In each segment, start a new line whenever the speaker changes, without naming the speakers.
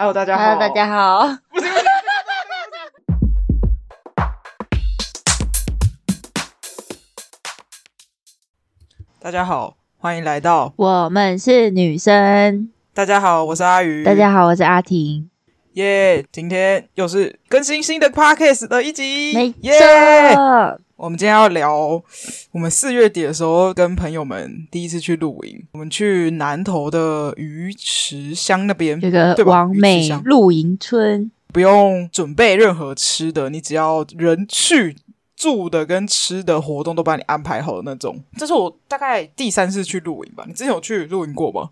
Hello，大家好。
Hello，大家好。
大家好，欢迎来到。
我们是女生。
大家好，我是阿鱼。
大家好，我是阿婷。
耶今天又是更新新的 podcast 的一集。
没错
耶我们今天要聊我们四月底的时候跟朋友们第一次去露营，我们去南投的鱼池乡那边，
这个
嗯对吧
王
鱼池
美
乡
露营村，
不用准备任何吃的，你只要人去。住的跟吃的活动都帮你安排好的那种，这是我大概第三次去露营吧。你之前有去露营过吗？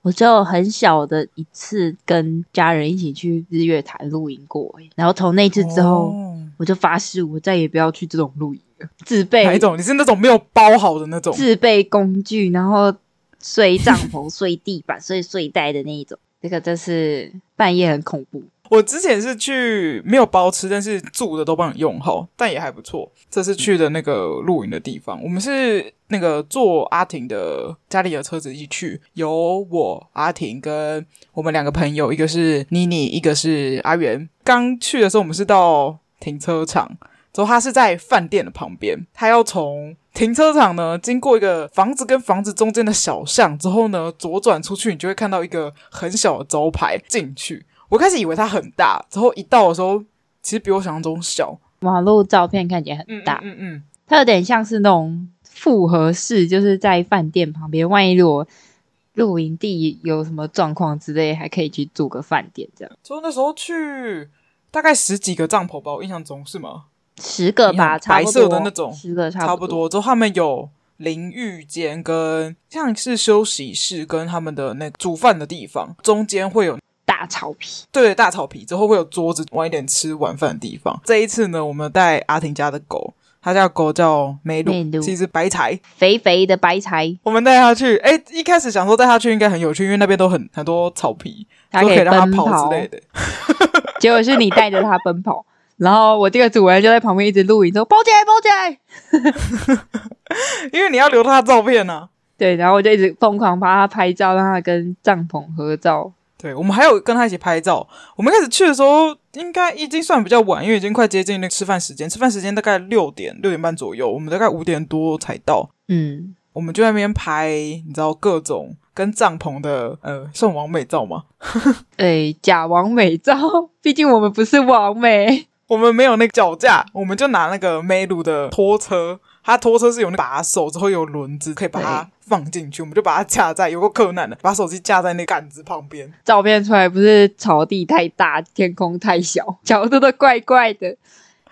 我只有很小的一次跟家人一起去日月潭露营过，然后从那次之后，
哦
我就发誓我再也不要去这种露营了，自备
哪一种？你是那种没有包好的那种？
自备工具，然后睡帐篷、睡地板、睡睡袋的那一种。这个真是半夜很恐怖。
我之前是去没有包吃，但是住的都帮你用好，但也还不错。这次去的那个露营的地方，我们是那个坐阿婷的家里的车子一起去，有我阿婷跟我们两个朋友，一个是妮妮，一个是阿元。刚去的时候，我们是到停车场，之后它是在饭店的旁边，它要从。停车场呢，经过一个房子跟房子中间的小巷之后呢，左转出去，你就会看到一个很小的招牌进去。我开始以为它很大，之后一到的时候，其实比我想象中小。
网络照片看起来很大，
嗯嗯
它有点像是那种复合式，就是在饭店旁边。万一如果露营地有什么状况之类，还可以去住个饭店这样
嗯。。之后那时候去大概十几个帐篷吧，我印象中是吗？
十个吧，
你看
差
啊白
不
色
多
的那种
十个差
差
不
不。多。之后他们有淋浴间跟像是休息室跟他们的那个煮饭的地方，中间会有
大草皮，
对大草皮，之后会有桌子晚一点吃晚饭的地方。这一次呢，我们带阿婷家的狗，它家的狗叫梅
梅
鲁，
鲁
是一只白柴。
肥肥的白柴，
我们带它去，哎、一开始想说带它去应该很有趣，因为那边都很很多草皮，
它
都可以让它
奔
跑
跑
之类的。
结果是你带着它奔跑，然后我这个主人就在旁边一直录影说：“包起来，包起来。”
因为你要留他的照片啊呢、
对，然后我就一直疯狂帮他拍照，让他跟帐篷合照。
对，我们还有跟他一起拍照。我们一开始去的时候，应该已经算比较晚，因为已经快接近那个吃饭时间。吃饭时间大概六点六点半左右，我们大概五点多才到。
嗯，
我们就在那边拍，你知道各种跟帐篷的呃，算完美照吗？
诶，假王美照， 毕竟我们不是王美。
我们没有那个脚架，我们就拿那个梅鲁的拖车，它拖车是有那把手，之后有轮子，可以把它
对
放进去。我们就把它架在，有个困难的，把手机架在那杆子旁边。
照片出来不是草地太大，天空太小， 角度都怪怪的。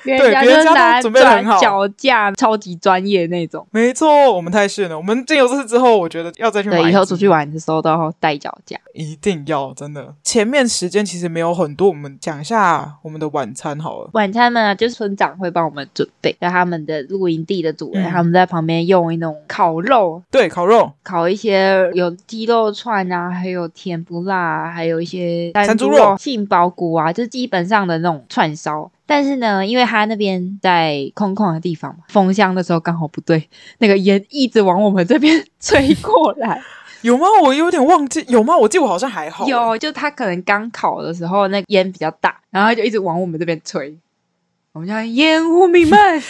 别
对别人
就
家都
拿
准备得很好
转脚架，超级专业那种。
没错，我们太逊了。我们经由这次之后，我觉得要再去买
对，以后出
一只
去玩的时候都要带脚架。
一定要真的。前面时间其实没有很多，我们讲一下我们的晚餐好了。
晚餐嘛，就是村长会帮我们准备，在他们的露营地的主人，
嗯
他们在旁边用那种烤肉
对，烤肉，
烤一些有鸡肉串啊，还有甜不辣、啊，还有一些
山猪
猪
肉
杏鲍菇啊，就是基本上的那种串烧。但是呢，因为他那边在空旷的地方嘛，风箱的时候刚好不对，那个烟一直往我们这边 吹过来。
有吗？我有点忘记，有吗？我记得我好像还好。
有，就他可能刚烤的时候，那烟比较大，然后他就一直往我们这边吹。我们叫烟雾弥 漫，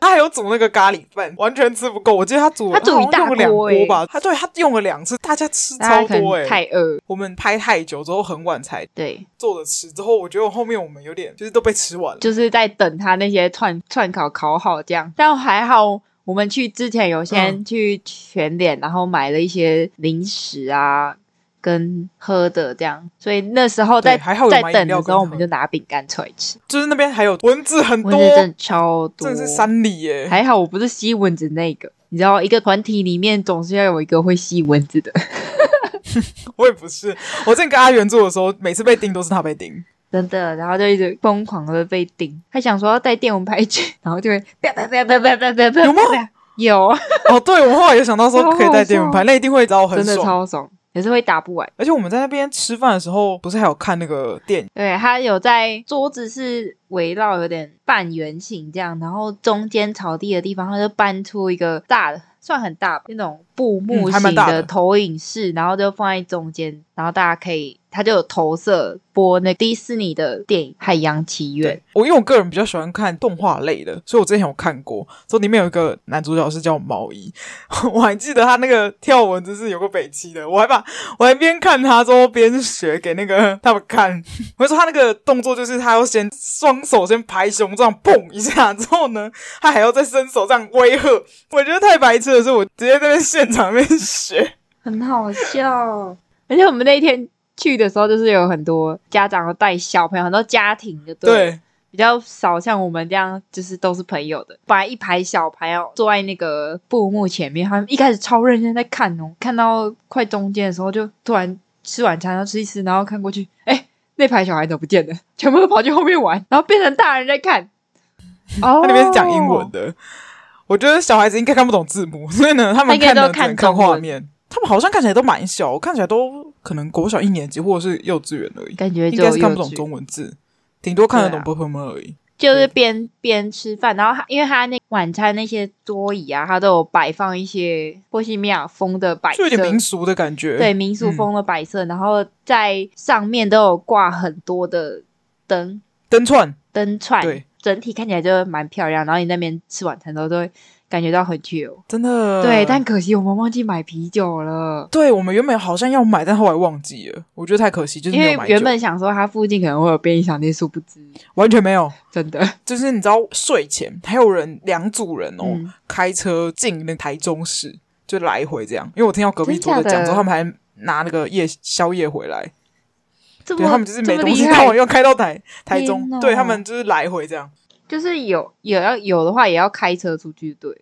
他还有煮那个咖喱饭，完全吃不够。我记得他煮，
他煮
好像
一大
用了两
锅欸
锅吧。他对他用了两次，大家吃
大
超
家可
多哎、
能太饿。
我们拍太久之后很晚才
对，
坐着吃，之后我觉得后面我们有点就是都被吃完了。
就是在等他那些串串烤烤好这样，但还好我们去之前有
嗯
先去全脸，然后买了一些零食啊跟喝的这样，所以那时候在
对还好有
在
买饮
等
料
的
跟
时候，
喝
我们就拿饼干出来吃，
就是那边还有蚊子很
蚊
多，
子真的超多，
真的是山里哎耶、
还好我不是吸蚊子那个。你知道，一个团体里面总是要有一个会吸蚊子的，
我也不是，我之前跟阿元住的时候，每次被叮都是他被叮。
真的。然后就一直疯狂的被叮，他想说要带电蚊拍去，然后就会啪啪啪啪啪啪啪啪，
有吗
啪？有，
哦，对，我后来有想到说可以带电蚊拍，那一定会找我很
真的
爽。
超爽，也是会打不完。
而且我们在那边吃饭的时候，不是还有看那个电影？
对，它有在桌子是围绕有点半圆形这样，然后中间草地的地方，它就搬出一个大的算很大吧，那种布幕
嗯还蛮
型
大的
的投影室，然后就放在中间，然后大家可以，它就有投射播那迪士尼的电影《海洋奇缘》。
我因为我个人比较喜欢看动画类的，所以我之前有看过，说里面有一个男主角是叫毛衣， 我还记得他那个跳舞真是有个北七的，我还把我还边看他之后边学给那个他们看， 我就说他那个动作就是他要先双手先拍胸这样蹦一下之后呢，他还要再伸手这样威吓，我觉得太白痴了，所以我直接在那边现场那边学。
很好笑。 而且我们那一天去的时候，就是有很多家长有带小朋友，很多家庭的，
对，
比较少像我们这样，就是都是朋友的。本来一排小朋友坐在那个布幕前面，他们一开始超认真在看哦，看到快中间的时候，就突然吃晚餐，然后吃一吃，然后看过去，哎，那排小孩怎么不见了？ 全部都跑去后面玩，然后变成大人在看。哦，
它里面是讲英文的。我觉得小孩子应该看不懂字幕， 所以呢，他们
他应该
看
都
的只能
看
看
中文
画面。他们好像看起来都蛮小，我看起来都可能国小一年级或者是幼稚园而已，
感觉
应
就
该是看不
幼
懂
稚
中文字，顶多看得懂
对啊
Pokemon 而已。
就是边边吃饭，然后他因为他那晚餐那些桌椅啊，他都有摆放一些波西米亚风的摆设，
就有点民俗的感 觉。
对民俗风的摆设，
嗯
然后在上面都有挂很多的灯
灯串，
灯串，
对，
整体看起来就蛮漂亮。然后你那边吃晚餐的时候都会感觉到很 chill，、
真的
对，但可惜我们忘记买啤酒了。
对我们原本好像要买，但后来忘记了，我觉得太可惜，就是
因
没
为
有买酒，
原本想说它附近可能会有便利商店，殊 不知
完全没有。
真的，
就是你知道睡前还有人两组人哦，
嗯
开车进那台中市，就来回这样。因为我听到隔壁桌在
真假
讲
的
之后，他们还拿那个夜宵夜回来，
这
对
么
他们就是
这
没
么
东西
厉
看
害
完，要开到台台中
天，哪
对他们就是来回这样。
就是有有要有的话，也要开车出去对了，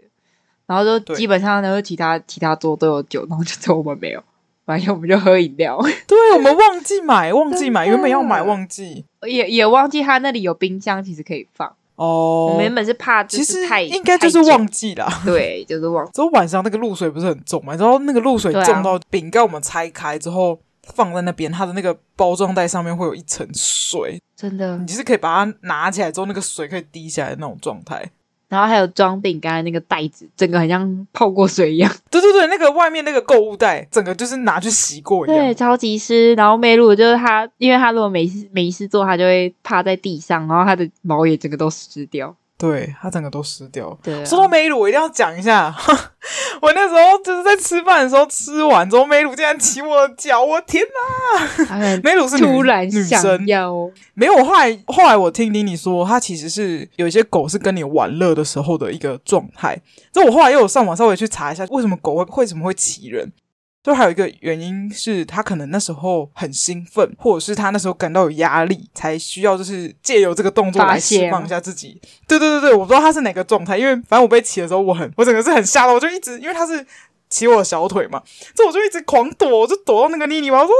然后就
对
基本上呢，其他其他桌都有酒，然后就只有我们没有，反正我们就喝饮料，
对我们忘记买，忘记买，
真的
原本要买忘记
也也忘记他那里有冰箱，其实可以放。我
哦
们。原本是怕就
其
是
实
太
应该就是忘
忘
记啦。
对，就是忘
之后晚上那个露水不是很重嘛，然后那个露水
对啊
重到饼干我们拆开之后放在那边，它的那个包装袋上面会有一层水，
真的
你，就是可以把它拿起来之后，那个水可以滴下来的那种状态。
然后还有装饼干的那个袋子，整个很像泡过 水一样，
对对对，那个外面那个购物袋，整个就是拿去洗过一
对，
样。
超级湿。然后梅露就是他，因为他如果没事没事做，他就会趴在地上，然后他的毛也整个都湿掉。
对，它整个都湿掉了。
对啊、
说到梅鲁，我一定要讲一下。 我那时候就是在吃饭的时候，吃完之后，梅鲁竟然骑我的脚，我天哪！
他们
梅鲁是女
突然
女
想
生，
要哦。
没有。我后来后来我听听你说，它其实是有一些狗是跟你玩乐的时候的一个状态。这我后来又有上网稍微去查一下，为什么狗会为什么会骑人？就还有一个原因是，它可能那时候很兴奋，或者是它那时候感到有压力，才需要就是借由这个动作
发
来释
泄
放
吗
一下自己。对对对对，我不知道它是哪个状态，因为反正我被骑的时候，我很我整个是很吓到，我就一直因为它是骑我的小腿嘛，这我就一直狂躲，我就躲到那个妮妮嘛，我说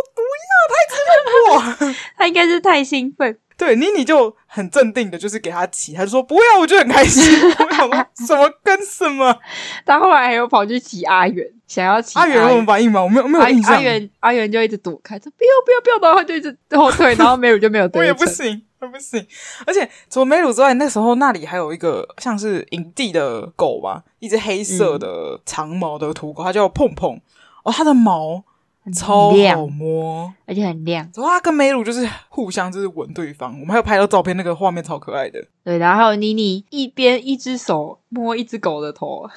他应该是太兴奋，
对，妮妮就很镇定的，就是给他骑，他就说不会啊，我就很开 心。我想说什么跟什么？
他后来还有跑去骑阿元，想要骑
阿
元，
元有什么反应吗？我没有没有印
阿
象，
元阿元就一直躲开，说不要不要不要，然后他就一直后 退，然后梅鲁就没有
我
对
也
成
不。行，我不行。而且除了梅鲁之外，那时候那里还有一个像是营地的狗吧，一只黑色的长毛的土狗，它叫碰碰。哦，它的毛超好
亮，
摸，
而且很亮。
然后它跟梅鲁就是互相就是吻对方，我们还有拍到照片，那个画面超可爱的。
对，然后还有妮妮一边一只手摸一只狗的头，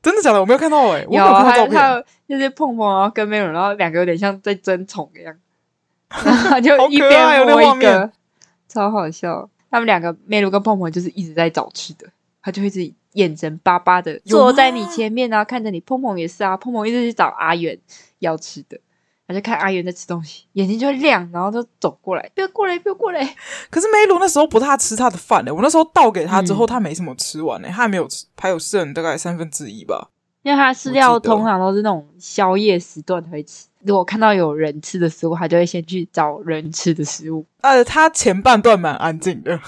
真的假的？我没有看到哎、我没
有
有看到
还
照
有还
片。
有就是碰碰，然后跟梅鲁，然后两个有点像在争宠 一样，然后就一
好可爱哦那
边摸
画
一
面
个，超好笑。他们两个梅鲁跟碰碰就是一直在找吃的，他就一直眼神巴巴的
有
坐在你
吗
前面，然后看着你。碰碰也是啊，碰碰一直去找阿元要吃的。他就看阿元在吃东西，眼睛就会亮，然后就走过来，不要过来，不要过来。
可是梅鲁那时候不大吃他的饭欸嘞、我那时候倒给他之后，
嗯
他没什么吃完嘞、欸他还没有吃，还有剩大概三分之一吧。
因为他饲料
我记得
通常都是那种宵夜时段才会吃。如果看到有人吃的食物，他就会先去找人吃的食物。
呃，他前半段蛮安静的，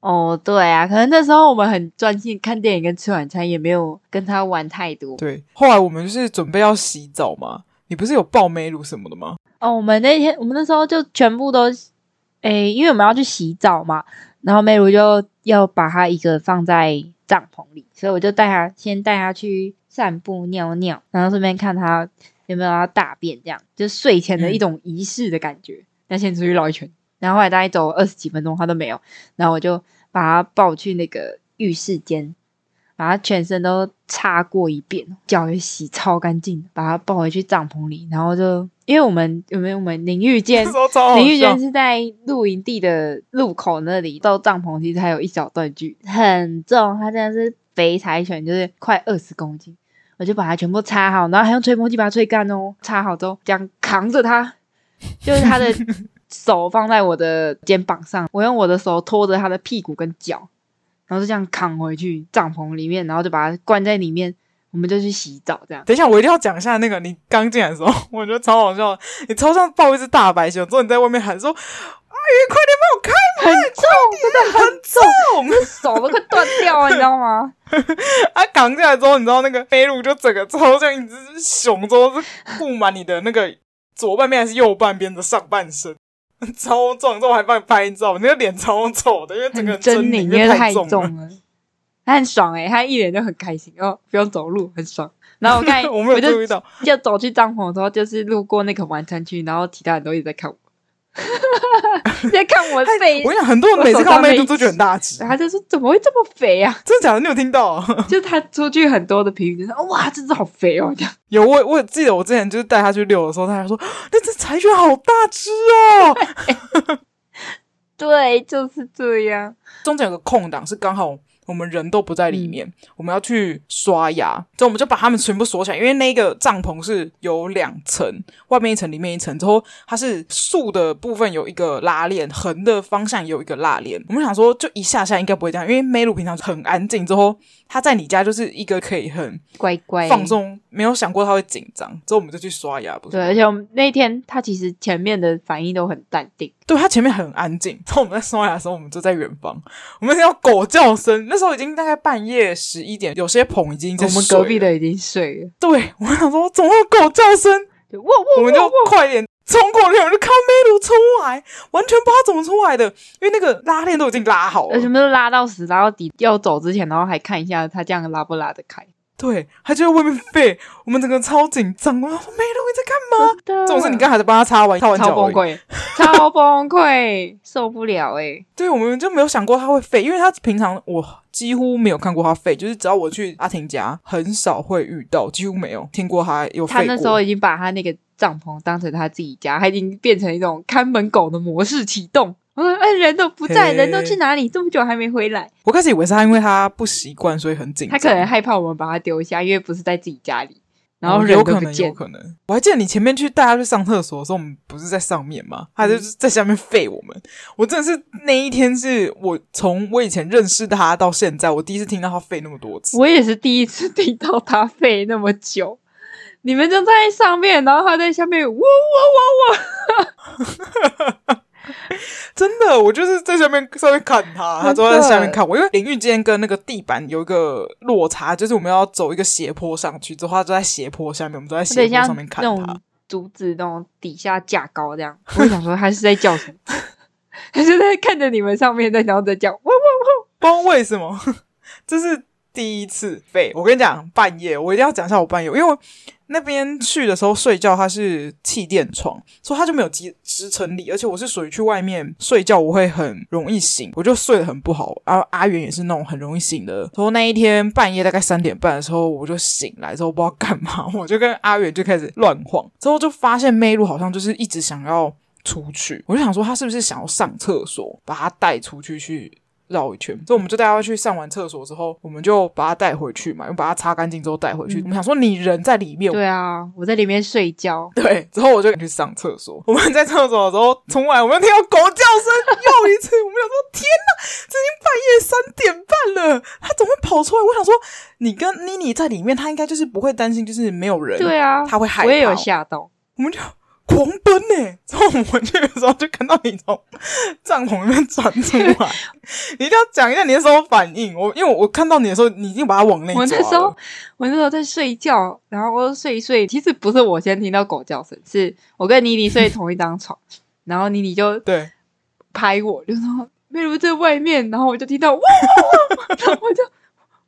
哦，对啊，可能那时候我们很专心看电影跟吃晚餐，也没有跟他玩太多。
对。后来我们就是准备要洗澡嘛，你不是有抱梅鲁什么的吗？
哦，我们那天我们那时候就全部都，诶，因为我们要去洗澡嘛，然后梅如就要把她一个放在帐篷里，所以我就带她先带她去散步、尿尿，然后顺便看他有没有要大便，这样就是睡前的一种仪式的感觉。要先出去绕一圈，然后后来大概走二十几分钟，他都没有，然后我就把他抱去那个浴室间，把他全身都擦过一遍，脚也洗超干净，把他抱回去帐篷里，然后就因为我们我们我们淋浴间
这时候超好
淋浴
笑
间，是在露营地的路口那里，到帐篷其实还有一小段距，很重，它真的是肥柴犬，就是快二十公斤。我就把它全部擦好，然后还用吹风机把它吹干哦。擦好之后，这样扛着它，就是它的手放在我的肩膀上，我用我的手托着它的屁股跟脚，然后就这样扛回去帐篷里面，然后就把它关在里面。我们就去洗澡，这样。
等一下，我一定要讲一下那个你刚进来的时候， 我觉得超好笑的。你超像抱一只大白熊，之后你在外面喊说：“阿姨，快点帮我开
很重，真的很重，
门
手都快断掉了，你知道吗？！”
啊，扛下来之后，你知道那个飞鹿就整个超像一只熊，之后是布满你的那个左半边还是右半边的上半身，超重，之后还帮你拍照，你那个脸超丑 的，因为整
很
个
狰狞，
狞，
因
为
为太
重了。
了。他很爽哎、他一脸就很开心哦，不用走路，很爽。然后我看，
我没有
就
注意到，
就走去帐篷的时候，就是路过那个晚餐区，然后其他人都一直在看我， 在看我肥
我，跟你讲，很多人每次看到妹就都觉得很大只，
然后他就说怎么会这么肥啊？
真的假的？你有听到 啊？
就他出去很多的评语，就是哇，这只好肥哦，这样
有我，我记得我之前就是带他去遛的时候，他还说 那只柴犬好大只哦。
对，就是这样。
中间有个空档是刚好我们人都不在里面，我们要去刷牙，所以我们就把他们全部锁起来，因为那个帐篷是有两层，外面一层，里面一层，之后它是竖的部分有一个拉链，横的方向有一个拉链。我们想说就一下下应该不会这样，因为梅鲁平常很安静，之后他在你家就是一个可以很
乖乖
放松，没有想过他会紧张。之后我们就去刷牙，不是
对，
吗
而且我们那天他其实前面的反应都很淡定，
对，它前面很安静。 然后我们在刷牙的时候，我们就在远方，我们听到狗叫声。那时候已经大概半夜十一点，有些棚已经在
我们
睡
隔壁
了。
的已经睡了，
对，我想说，怎么会有狗叫 声？
就哇哇
我们就快点冲过去，我们就看到梅鲁出来，完全不知道怎么出来的，因为那个拉链都已经拉好
而且我
了。
们都拉到死，拉到底，要走之前，然后还看一下他这样拉不拉得开。
对，它就在外面吠，我们整个超紧张。我说梅鲁你在干嘛？
这
这种事你刚才才帮他擦完，擦完
超
脚而
崩
已。
溃，超崩溃， 受不了哎、
对，我们就没有想过它会吠，因为它平常我几乎没有看过它吠，就是只要我去阿婷家，很少会遇到，几乎没有听过它有吠
他
过。
那时候已经把他那个帐篷当成他自己家，他已经变成一种看门狗的模式启动。 我说：“哎，人都不在，
嘿
人都去哪里？这么久还没回来？
我开始以为是它因为它不习惯，所以很紧
他
张。
可能害怕我们把他丢下，因为不是在自己家里，然后
嗯
人
有
都
可
不
能有
见。
可能。我还记得你前面去带它去上厕所的时候，我们不是在上面吗？它
嗯
就是在下面吠我们。我真的是那一天是我从我以前认识它到现在，我第一次听到它吠那么多次。
我也是第一次听到他吠那么久。你们正在上面，然后他在下面，呜呜呜呜，
真的，我就是在下面上面看他，他都在下面看我，因为淋浴间跟那个地板有一个落差，就是我们要走一个斜坡上去，之后他就在斜坡下面，我们都在
有
斜
点
坡
像
上面看
那
他
种。竹子那种底下架高这样。 我想说他是在叫什么？ 他是在看着你们上面在，然后在叫。哇哇！
不知道为什么， 这是第一次被我跟你讲，半夜我一定要讲一下我半夜，因为我那边去的时候睡觉它是气垫床，所以它就没有支支撑力，而且我是属于去外面睡觉我会很容易醒，我就睡得很不好。然后阿元也是那种很容易醒的，然后那一天半夜大概三点半的时候我就醒来之后不知道干嘛，我就跟阿元就开始乱晃，之后就发现妹露好像就是一直想要。出去，我就想说他是不是想要上厕所，把他带出去去绕一圈，所以我们就带他去上完厕所之后，我们就把他带回去嘛，又把他擦干净之后带回去。
嗯
我们想说你人在里面，
对啊，我在里面睡觉，
对，之后我就去上厕所。 我们在厕所的时候，从来我们听到狗叫声又一次，我们想说天哪，这已经半夜三点半了，他怎么会跑出来？我想说，你跟妮妮在里面，他应该就是不会担心，就是没有人，
对啊，
他会害怕。
我也有吓到，
我们就狂奔呢、之后我们去的时候，就看到你从帐篷里面钻出来。 你一定要讲一下你那时候反应，我因为我看到你的时候，你已经把它往内抓
我
了。
那时候，我那时候在睡觉，然后我睡一睡，其实不是我先听到狗叫声，是我跟妮妮睡同一张床，然后妮妮就
对，
拍我，就说妹如在外面，然后我就听到哇哇哇，然后我就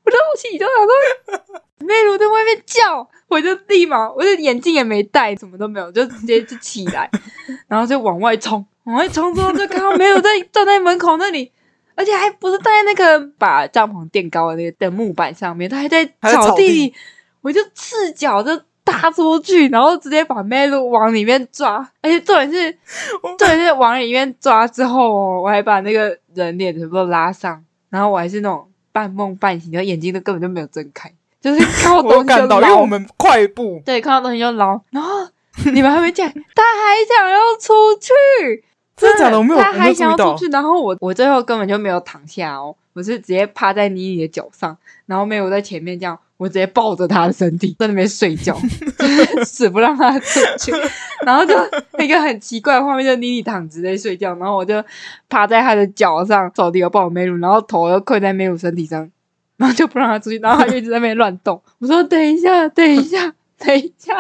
我就起就想说魅如在外面叫，我就立马我的眼镜也没戴，什么都没有，就直接就起来，然后就往外冲，往外冲之后就看到没有在站在门口那里，而且还不是站在那个把帐篷垫高的那个的木板上面，他还在
还在草
草地
地
里，我就赤脚就。大出去，然后直接把梅露往里面抓，而且重点是，
我
重点是往里面抓之后哦，我还把那个人脸全部都拉上，然后我还是那种半梦半醒，然后眼睛都根本就没有睁开，就是看 到
我有
东西
感
就
到，因为
捞
我们快步，
对，看到东西就捞，然后你们还没讲，他还想要出去，
真的假的？我没有，我
他
没
还
有注
想
意
要
到
出。去，然后我我最后根本就没有躺下哦，我是直接趴在妮妮的脚上，然后没有在前面这样，我直接抱着她的身体在那边睡觉，就是死不让她出 去，然后就一个很奇怪的画面，就是妮妮躺直在睡觉，然后我就趴在她的脚上，手里有抱梅鲁，然后头又跪在梅鲁身体上，然后就不让她出去，然后她就一直在那边乱动，我说等一下，等一下。等 一下，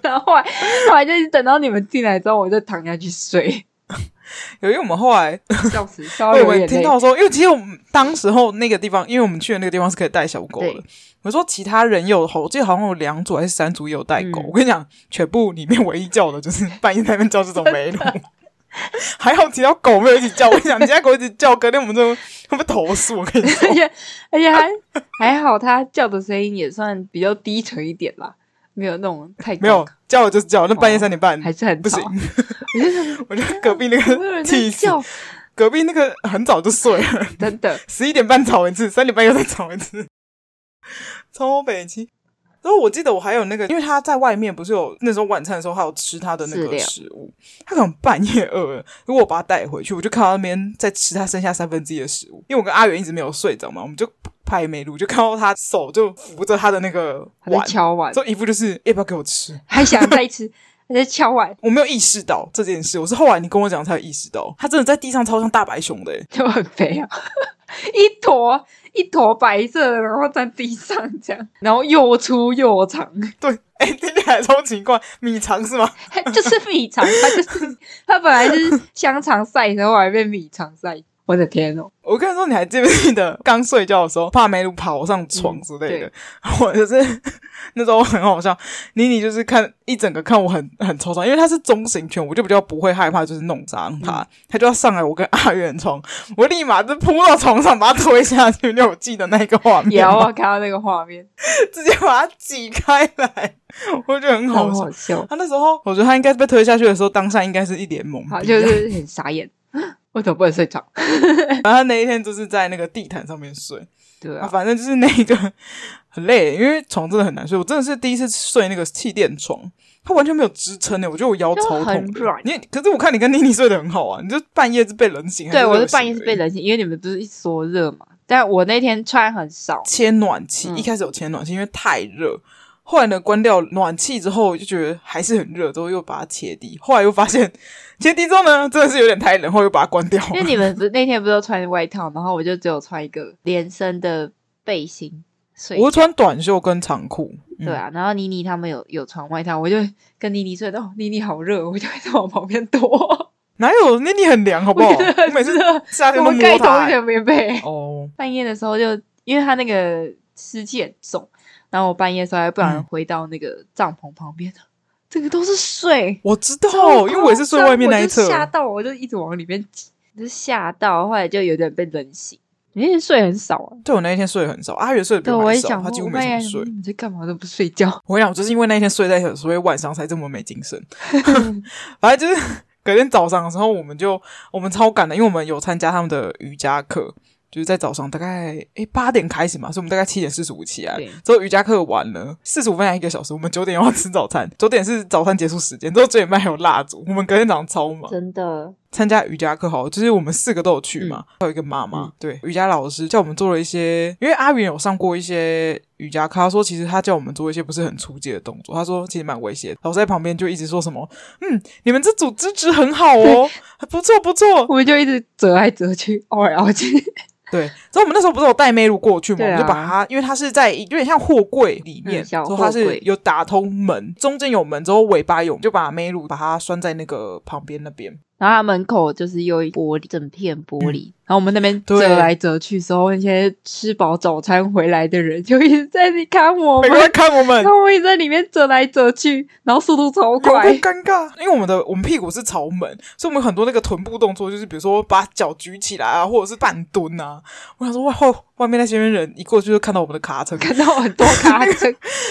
然后后来，后来就是等到你们进来之后，我就躺下去睡。
有，因为我们后 来
笑死，笑到
我以
流
为
眼
听
泪。
到说，因为其实我们当时候那个地方，因为我们去的那个地方是可以带小狗的
对。
我说其他人有吼，我记得好像有两组还是三组有带狗。
嗯
我跟你讲，全部里面唯一叫的就是半夜在那边叫这种 梅鲁，还好其他狗没有一起叫。我跟你讲，其他狗一直叫，隔天我们就会被投诉。我跟你 说
而，且而且还还好，它叫的声音也算比较低沉一点啦，没有那种太高
没有叫就是叫，那半夜三点半
还是很
不
吵
行。
我就想
哦 我觉得隔壁那
怎么有
个
人在
气死，
叫，
隔壁那个很早就睡了，
真 的
十一点半吵一次，三点半又再吵一次， 超北极。然后我记得我还有那个，因为他在外面不是有那时候晚餐的时候还有吃他的那
饲
个
料
食物，他可能半夜饿了，如果我把他带回去，我就看到那边在吃他剩下三分之一的食物，因为我跟阿元一直没有睡着嘛，我们就拍美露，就看到他手就扶着他的那个
还在
碗，
敲碗，
就一副就是要不要给我吃，
还想再吃，还在敲碗，
我没有意识到这件事，我是后来你跟我讲才有意识到，他真的在地上超像大白熊的、欸，
就很肥啊， 一坨一坨白色的，然后在地上这样，然后又粗又长，
对，哎、听起来超奇怪，米肠是吗？
它就是 米肠，它就是 它本来是香肠赛，然后还被米肠赛，我的 天哦！
我跟你说，你还记不记得刚睡觉的时候，帕梅鲁跑上床之类的，
嗯
我就是那时候很好笑。妮妮就是看一整个看我 很很抽象，因为她是中型犬，我就比较不会害怕，就是弄脏它，
嗯
她就要上来我跟阿远床，我立马就扑到床上把她推下去，你有记得那个画面
有啊
吗？
我看到那个画面，
直接把她挤开来，我觉得很好
好
笑
好。笑，
他那时候，我觉得他应该是被推下去的时候，当下应该是一脸懵逼啊。
好就是很傻眼， 为什么不能睡着？
然后他那一天就是在那个地毯上面睡，
对
啊，
啊，
反正就是那一个很累，因为床真的很难睡。我真的是第一次睡那个气垫床，它完全没有支撑欸的，我觉得我腰
就
超
很
痛的。
软
你可是我看你跟妮妮睡得很好啊，你就半夜是被冷醒，还
对我
热
是
醒
半夜是被
而已
冷醒，因为你们不是一直说热嘛，但我那天穿很 少，
切暖气，
嗯
一开始有切暖气，因为太热。后来呢，关掉暖气之后，就觉得还是很热，之后又把它切低。后来又发现切低之后呢，真的是有点太冷，后来又把它关掉。
因为你们不是那天不是都穿外套，然后我就只有穿一个连身的背心睡
我。会穿短袖跟长裤，嗯
对啊，然后妮妮他们有有穿外套，我就跟妮妮睡，哦，妮妮好热，我就一直往旁边躲，
哪有那你很凉好不好？
我觉得很
我每次
热
夏天
我
都
们
摸
盖同
它、
一
欸
个棉被。
哦，
半夜的时候就因为他那个湿气很重，然后我半夜的时候还不小心
嗯
回到那个帐篷旁边，这个都是水，
我知
超
道，哦因为我也是睡外面那一
哦
侧
夸张我就。吓到我就一直往里面挤， 就吓到，后来就有点被冷醒。你那天睡很少啊？
对我那一天睡得很少，阿元睡得比
对，
我
我
还
也
少，
想
他
说，
几乎
我
没
半夜
怎么睡
想说。你们在干嘛都不睡觉？
我跟你讲，我就是因为那一天睡在一起，所以晚上才这么没精神。反正就是隔天早上的时候，我们就我们超赶的，因为我们有参加他们的瑜伽课，就是在早上大概诶八点开始嘛，所以我们大概七点四十五起来
对。
之后瑜伽课完了，四十五分还一个小时，我们九点要吃早餐，九点是早餐结束时间，之后九点半还有蜡烛，我们隔天早上超忙。
真的，
参加瑜伽课好了，就是我们四个都有去嘛，还有一个妈妈，
嗯
对瑜伽老师叫我们做了一些，因为阿云有上过一些瑜伽课，他说其实他叫我们做一些不是很出界的动作，他说其实蛮危险的。老师在旁边就一直说什么，嗯，你们这组织值很好 哦，不错不错，
我们就一直折来折去，凹来凹去。
对。然后我们那时候不是有带梅露过去嘛，
对啊
我们就把它，因为它是在有点像货柜里面，
嗯小
所以它
货
是
柜
有打通门，中间有门之后尾巴有，就把梅露把它拴在那个旁边那边。
然然后它门口就是有一玻璃，整片玻璃，然后我们那边
对
折来折去的时候，那些吃饱早餐回来的人就一直在那里看我
每
们
个，人看我哎们
然，后我也在里面折来折去，然后速度超
有
快
多，尴尬，因为我们的我们屁股是朝门，所以我们很多那个臀部动作，就是比如说把脚举起来啊，或者是半蹲啊。我想说，哇，后外面那些人一过去就看到我们的卡车，
看到很多卡车。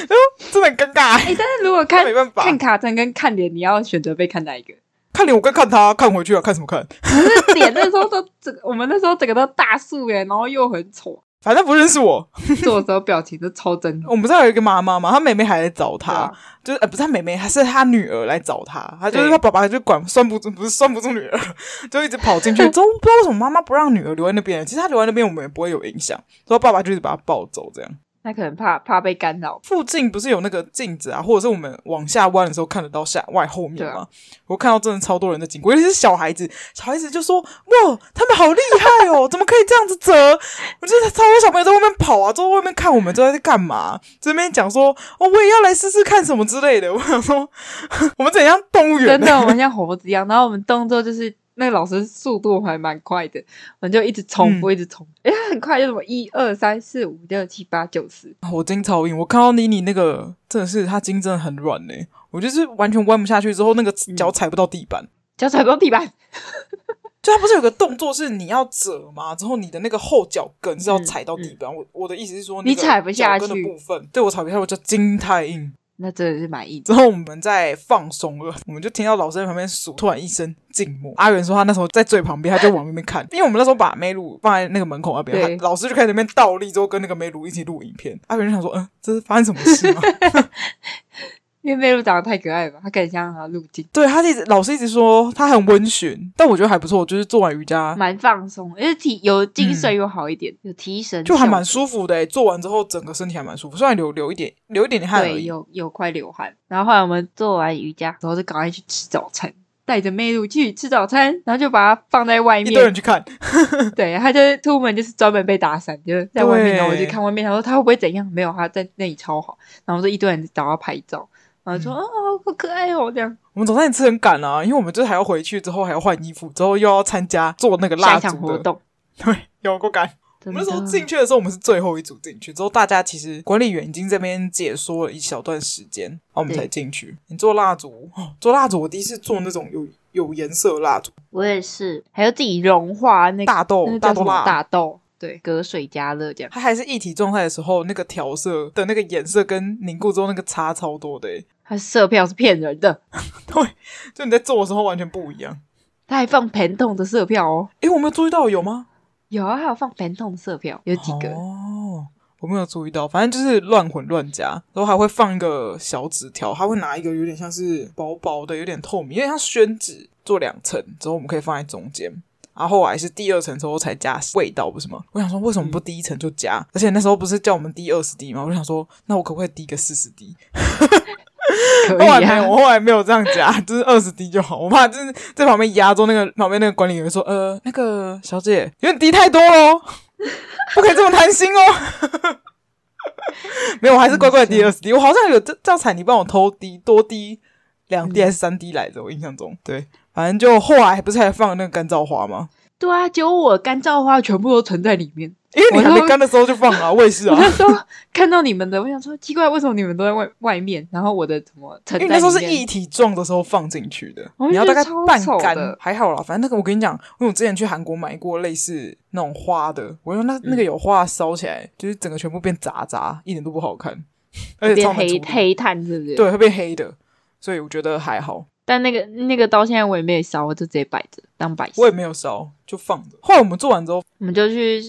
真的很尴尬、
哎、但是如果看
没办法
看卡通跟看脸，你要选择被看哪一个？
看脸我跟看他，看回去啊，看什么看？
可是脸那时候都整个，我们那时候整个都大素颜，然后又很丑，
反正不认识我。
做的时候表情都超真的。
我们不是还有一个妈妈吗？她妹妹还来找
对
她
啊，
就是呃，不是她妹妹，还是她女儿来找她。她就是
对
她爸爸就管拴不住，不是拴不住女儿， 就一直跑 进去。都不知道为什么妈妈不让女儿留在那边。其实她留在那边，我们也不会有影响。所以爸爸就是把她抱走这样。
那可能怕怕被干扰，
附近不是有那个镜子啊，或者是我们往下弯的时候看得到下外后面
对
吗？
啊
我看到真的超多人在经过，尤其是小孩子，小孩子就说：“哇，他们好厉害哦， 怎么可以这样子折？”我觉得超多小朋友在外面跑啊，都在外面看我们都在干嘛，这边讲说：“哦，我也要来试试看什么之类的。”我 想说，我们怎样动物园
真
呢？
的，我们像猴子一样。然后我们动作就是那个老师速度还蛮快的，我们就一直
嗯
重复，一直重复，哎、他很快就什么一二三四五六七八九十，
我筋超硬，我看到妮妮那个真的是她筋真的很软呢、我就是完全弯不下去，之后那个
嗯
脚踩不到地板。
脚踩不到地板，
就它不是有个动作是你要折吗？之后你的那个后脚跟是要踩到地板。我我的意思是说，
嗯你踩不下去
那个脚跟的部分，对我踩不下去，我就筋太硬。
那真的是蛮硬。
之后我们在放松了，我们就听到老师在旁边数，突然一声静默。阿元说他那时候在最旁边，他就往那边 看，因为我们那时候把梅鲁放在那个门口那边，
对
他老师就开始在那边倒立，之后跟那个梅鲁一起录影片。阿元就想说，嗯，这是发生什么事 吗？
因为妹露长得太可爱了吧，她更像她路径，
对他一直老师一直说他很温驯，但我觉得还不错，就是做完瑜伽
蛮放松，因为提有精神又好一点，有提
嗯
神
就还蛮
效
舒服的、欸，做完之后整个身体还蛮舒服，虽然流流一点流一点点
果
汗而
对，
已。
有有快流汗。然后后来我们做完瑜伽然后，就赶快去吃早餐。带着妹露去吃早餐，然后就把它放在外
一堆
面
人，去看，
对，他就是出门就是专门被打散，就是在外面，
对
然后我就看外面，他说他会不会怎样？没有，他在那里超好，然后就一堆人找他拍照，然后说
嗯
啊、好可爱哦，这样
我们早餐也吃很赶啊，因为我们就是还要回去之后还要换衣服，之后又要参加做那个
下
蜡
一场
烛
活
的，
动。
对，有够赶。我
真
们那
的
时候进去的时候，我们是最后一组进去，之后大家其实管理员已经这边解说了一小段时间，然后我们
对
才进去。你做蜡烛，哦，做蜡烛，我第一次做那种有有颜色的蜡烛，
我也是，还要自己融化那个
大
那
豆
个叫
大
什
豆
么
蜡，
大豆，对，隔水加热这样。
它还是一体状态的时候，那个调色的那个颜色跟凝固之后那个差超多的、欸，
他色票是骗人的，
就你在做的时候完全不一样。
他还放盆桶的色票哦，
诶，我没有注意到有吗？
有啊，还有放盆桶的色票，有几个。
哦，我没有注意到，反正就是乱混乱加，然后还会放一个小纸条，他会拿一个有点像是薄薄的、有点透明，有点像宣纸，做两层之后我们可以放在中间。然后后来是第二层之后才加味道，不是吗？我想说为什么不第一层就加？而且那时候不是叫我们滴二十滴吗？我就想说，那我可不可以滴个四十滴？
可
后来
以
没有，
啊，
我后来没有这样加， 就是二十滴就好。我怕就是在旁边压住那个旁边那个管理员说，呃，那个小姐有点滴太多 喽，不可以这么贪心哦。 没有，我还是乖乖地滴二十滴。我好像有这叫彩妮帮我偷滴多滴两
嗯
滴还是三滴来着，我印象中对。反正就后来不是还放了那个干燥花吗？
对啊，结果我干燥花全部都存在里 面。
因为你还
我
没
都
干的时候就放了、啊，我也是
我
啊。
那时候看到你们的，我 想说奇怪，为什么你们都在外外面？然后我的怎么沉
因为
在
那时候是
里面
液体状的时候放进去的，
我
你
就
要
觉
大概
得哦超
半
丑
干
的，
还好啦。反正那个我跟你讲，因为我之前去韩国买过类似那种花的，我
嗯
用那那个有花烧起来，就是整个全部变渣渣，一点都不好看，而且超
变
难处
黑
理，
黑炭，是不是？。
对，会变黑的。所以我觉得还好，
但那个那个到现在我也没有烧，我就直接摆着当摆设。
我也没有烧，就放着。后来我们做完之后，
我们就去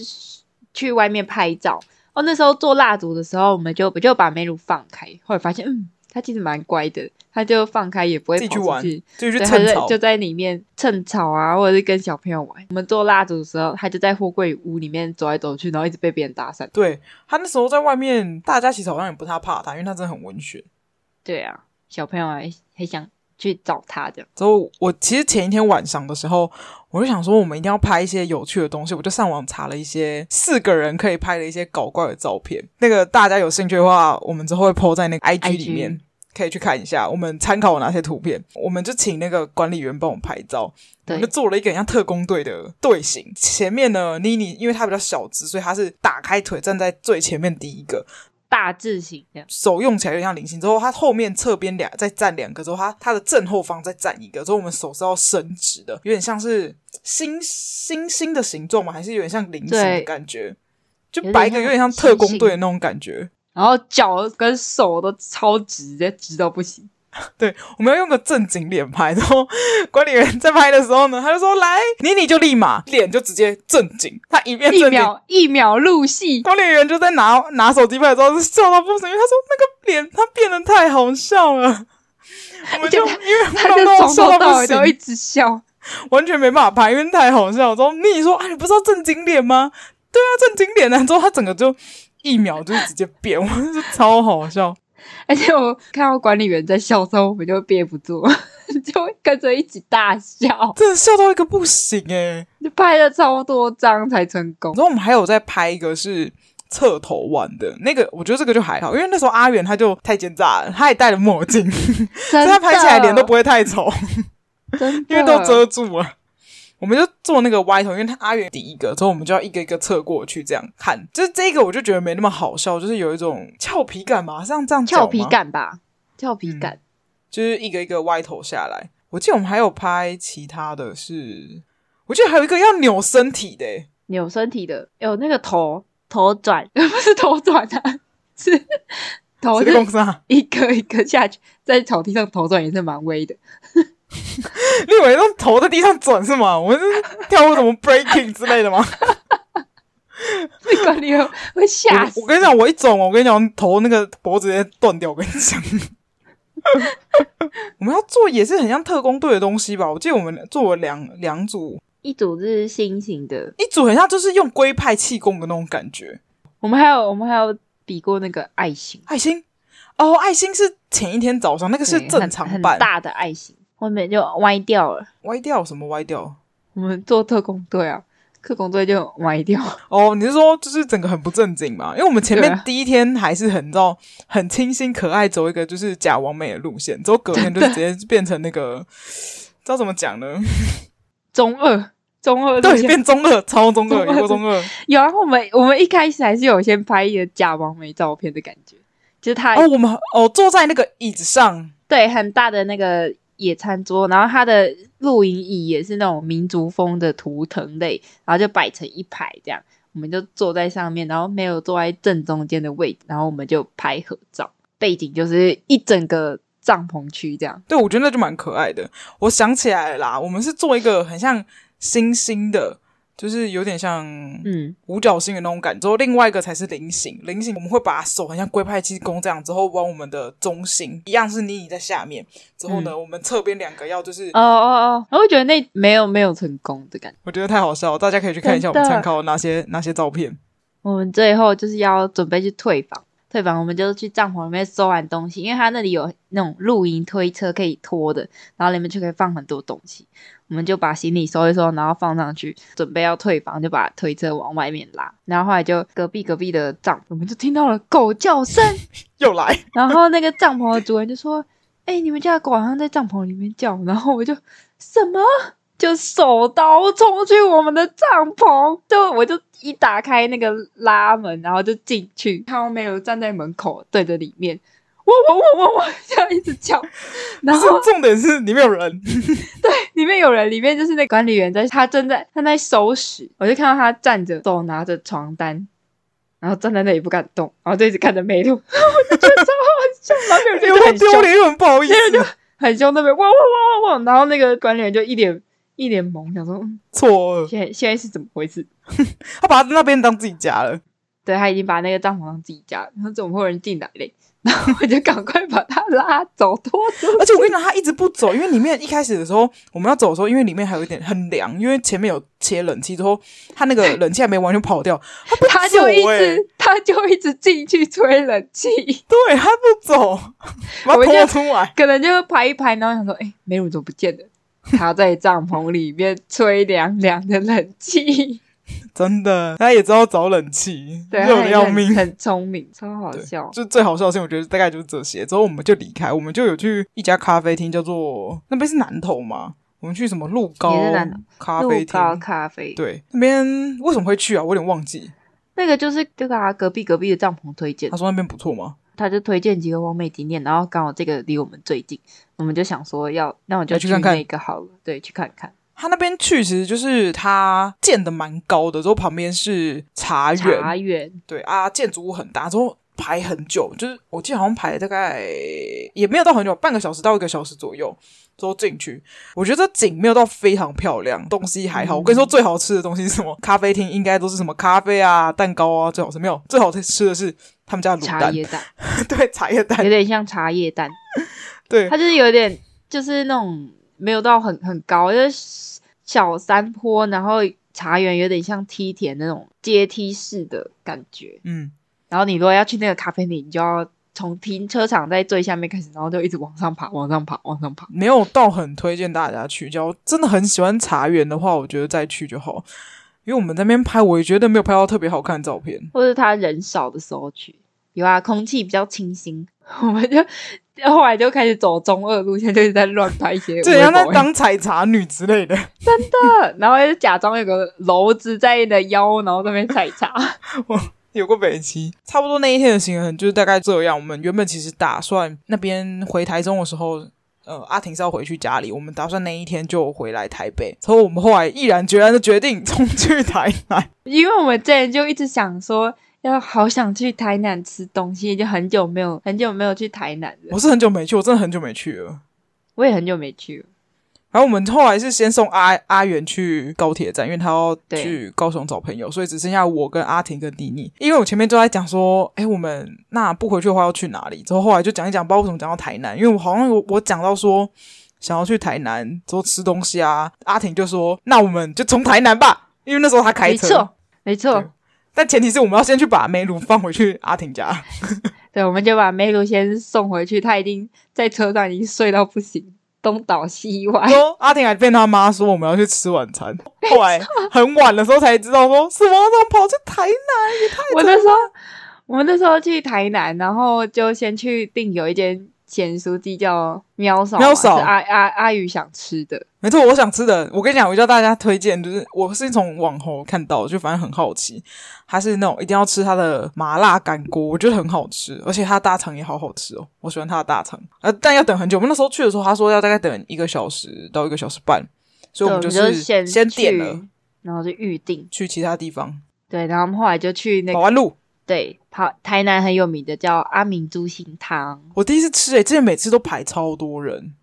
去外面拍照。哦，那时候做蜡烛的时候，我们就我就把梅鲁放开，后来发现，嗯，它其实蛮乖的，它就放开也不会
自己去
跑出
玩
去
就去
对，他就
蹭
在
草
就，在里面蹭草啊，或者是跟小朋友玩。我们做蜡烛的时候，他就在货柜屋里面走来走去，然后一直被别人搭讪。
对他那时候在外面，大家其实好像也不太怕他，因为他真的很文学。
对啊，小朋友还还想去找他这样。
之后，我其实前一天晚上的时候，我就想说我们一定要拍一些有趣的东西，我就上网查了一些四个人可以拍的一些搞怪的照片。那个大家有兴趣的话，我们之后会 PO 在那个 IG 里面。可以去看一下，我们参考有哪些图片，我们就请那个管理员帮我们拍照，我
对
们就做了一个很像特工队的队形。前面呢，妮妮因为她比较小只，所以她是打开腿站在最前面第一个，
大字型这样，
手用起来有点像菱形，之后它后面侧边两再站两个，之后它它的正后方再站一个，之后我们手是要伸直的，有点像是星星星的形状嘛，还是有点像菱形的
对
感觉，就
有点
摆一个有点像
像
特工
星
队
星
那种感觉。
然后脚跟手都超直，直接直到不行。
我们要用个正经脸拍，然后管理员在拍的时候呢，他就说来，妮妮就立马脸就直接正经，他一面
一
正经。
秒一秒 入戏，
管理员就在拿拿手机拍的时候是笑到不行，因为他说那个脸他变得太好笑 了，我们
且
就因为我
他他就
们都
从
笑
头到
到不
尾都
行
一，直笑。
完全没办法拍，因为太好笑了。之后你说啊，你不知道正经脸 吗？对啊，正经脸啊！之后他整个就一秒就直接变， 我就超好笑。
而且我看到管理员在笑的时候，我们就憋不住， 就会跟着一起大笑，
真的笑到一个不行诶、
就拍了超多张才成功
然。后我们还有在拍一个是侧头弯的那个，我觉得这个就还好，因为那时候阿元他就太奸诈了，他也戴了墨镜，所
真
以
的，
他拍起来脸都不会太丑，
真的，
因为都遮住了。 我们就做那个歪头，因为他阿元第一个，之后我们就要一个一个侧过去这样看。就是这个我就觉得没那么好笑，就是有一种俏皮感嘛，像这样讲
俏
吗嗯
皮感吧，俏皮感。
就是一个一个歪头下来。我记得我们还有拍其他的是，我记得还有一个要扭身体的、欸，
扭身体的，有那个头头转， 不是头转啊，是头
谁的公
是
司 啊？
一个一个下去，在草地上头转也是蛮威的。
你以为那种头在地上转是吗？我们是跳过什么 breaking 之类的吗？
那管理员会吓
我
死
我，跟你讲，我一转，我跟你讲，头那个脖子直接断掉。我跟你讲，我们要做也是很像特工队的东西吧？我记得我们做了两两组，
一组是新型的，
一组很像就是用龟派气功的那种感觉。
我们还有我们还有比过那个爱心。
爱心哦，爱心是前一天早上那个是
对
正
很
常
很
版，
大的爱心，后面就歪掉了。
歪掉什么歪掉？
我们做特工队啊，特工队就歪掉，
哦，你是说就是整个很不正经嘛？因为我们前
对
面
啊
第一天还是很照很清新可爱，走一个就是假完美的路线，之后隔天就直接变成那个，知道怎么讲呢？
中二，中二路
对，
线
变中二，超中
中
二，
二
有过中二。
有啊。我们我们一开始还是有先拍一个假完美照片的感觉，就是他、
哦，我们哦坐在那个椅子上，
对很大的那个野餐桌，然后他的露营椅也是那种民族风的图腾类，然后就摆成一排这样。我们就坐在上面，然后没有坐在正中间的位置，然后我们就拍合照，背景就是一整个帐篷区这样。
对我觉得那就蛮可爱的。我想起来了啦，我们是做一个很像星星的，就是有点像
嗯，
五角星的那种感觉，之后另外一个才是菱形。菱形我们会把手很像龟派气功这样，之后往我们的中心一样是妮妮在下面，之后呢，我们侧边两个要就是，
嗯哦哦哦，我会觉得那没有没有成功的感觉。
我觉得太好笑了，大家可以去看一下我们
真的
参考哪些哪些照片。
我们最后就是要准备去退房，退房我们就去帐篷里面收完东西，因为它那里有那种露营推车可以拖的，然后里面就可以放很多东西。我们就把行李收一收，然后放上去，准备要退房，就把推车往外面拉。然后后来就隔壁隔壁的帐，我们就听到了狗叫声，
又来，
然后那个帐篷的主人就说：“哎、你们家的狗好像在帐篷里面叫。”然后我就什么？就手刀冲去我们的帐篷，就我就一打开那个拉门，然后就进去，看到没有站在门口对着里面，哇哇哇哇哇，这样一直叫，然后
重重点是里面有 人，
里面有人，里面就是那管理员在，他正在他在收拾，我就看到他站着，手拿着床单，然后站在那里不敢动，然后就一直看着梅露，我就觉得超好笑，然后梅
有点
露就很
哎丢
凶，
脸，又很不好意 思，
很凶那边汪汪汪汪汪，然后那个管理员就一脸一脸懵，想说嗯
错愕，
现在现在是怎么回事？
他把他那边当自己家了。
对他已经把那个帐篷当自己家了，然后怎么会有人进来嘞？ 然后我就赶快把他拉走，拖走。
而且我跟你讲，他一直不走，因为里面一开始的时候我们要走的时候，因为里面还有一点很凉，因为前面有切冷气之后，他那个冷气还没完全跑掉，哎他不
他
走、
就
欸，
一直，他就一直进去吹冷气，
对他不走，把
我
他
们
拖
就
出来。
可能就拍一拍，然后想说，哎、梅鲁怎么不见了？他在帐篷里面吹凉凉的冷气，
真的，他也知道找冷气，
对，
热
他
的
也
要
很
命。
很聪明，超好
对
笑。
就最好笑的事情，我觉得大概就是这些。之后我们就离开，我们就有去一家咖啡厅，叫做那边是南头嘛，我们去什么鹿高
也是南投
咖啡
鹿
厅。
高咖啡，
对，那边为什么会去啊？我有点忘记。
那个就是这个啊，隔壁隔壁的帐篷推荐
他，说那边不错吗？
他就推荐几个完美景点，然后刚好这个离我们最近，我们就想说要，那我就
要去看看
那个好了，对，去看看
他那边去其实就是他建的蛮高的，之后旁边是茶园，
茶园，
对啊，建筑物很大，之后排很久，就是我记得好像排了大概也没有到很久，半个小时到一个小时左右。之后进去，我觉得景没有到非常漂亮，东西还
嗯
好。我跟你说，最好吃的东西是什么？咖啡厅应该都是什么咖啡啊、蛋糕啊，最好吃没有？最好吃的是他们家的卤
茶
蛋，
叶蛋，
对，茶叶蛋
有，点像茶叶蛋，
对
它，就是有点就是那种没有到很很高，就是小山坡，然后茶园有点像梯田那种阶梯式的感觉。
嗯，
然后你如果要去那个咖啡厅，你就要从停车场在最下面开始，然后就一直往上爬，往上爬，往上爬。
没有到很推荐大家去。假如真的很喜欢茶园的话，我觉得再去就好。因为我们在那边拍，我也觉得没有拍到特别好看的照片。
或是他人少的时候去。有啊，空气比较清新， 我们就后来就开始走中二路线，就是在乱拍 一些微博，
这像在当采茶女之类的，
然后就假装有个篓子在你的腰，然后在那边采茶。
有过北七，差不多那一天的行程就是大概这样。我们原本其实打算那边回台中的时候，呃，阿婷是要回去家里，我们打算那一天就回来台北。之后我们后来毅然决然的决定冲去台南，
因为我们之前就一直想说，要好想去台南吃东西，就很久没有很久没有去台南了，
我是很久没去，我真的很久没去了。
我也很久没去了。
然后我们后来是先送阿阿元去高铁站，因为他要去高雄找朋友，所以只剩下我跟阿婷跟妮妮。因为我前面就在讲说，哎，我们那不回去的话要去哪里？之后后来就讲一讲，不知道为什么讲到台南，因为我好像我我讲到说想要去台南，之后吃东西啊，阿婷就说那我们就从台南吧，因为那时候他开
没
车
错。，没错
对，但前提是我们要先去把梅鲁放回去阿婷家，
对，我们就把梅露先送回去，他已经在车上已经睡到不行，东倒西歪。
然后阿婷还被他妈说我们要去吃晚餐，后来很晚的时候才知道说什么怎么跑去台
我那时候，我们那时候去台南，然后就先去订有一间咸酥鸡叫喵嫂嘛，
喵嫂
是阿阿阿宇想吃的，
没错，我想吃的，我跟你讲，我叫大家推荐，就是我是从网红看到，就反正很好奇，它是那种一定要吃它的麻辣干锅，我觉得很好吃，而且它的大肠也好好吃哦，我喜欢它的大肠，呃，但要等很久。我们那时候去的时候，他说要大概等一个小时到一个小时半，所以我们
对
是
先
先
去
点了，
然后就预定。
去其他地方，
对，然后我们后来就去那
保
个
安路。
对，跑台南很有名的叫阿明猪心汤，
我第一次吃诶、之前每次都排超多人，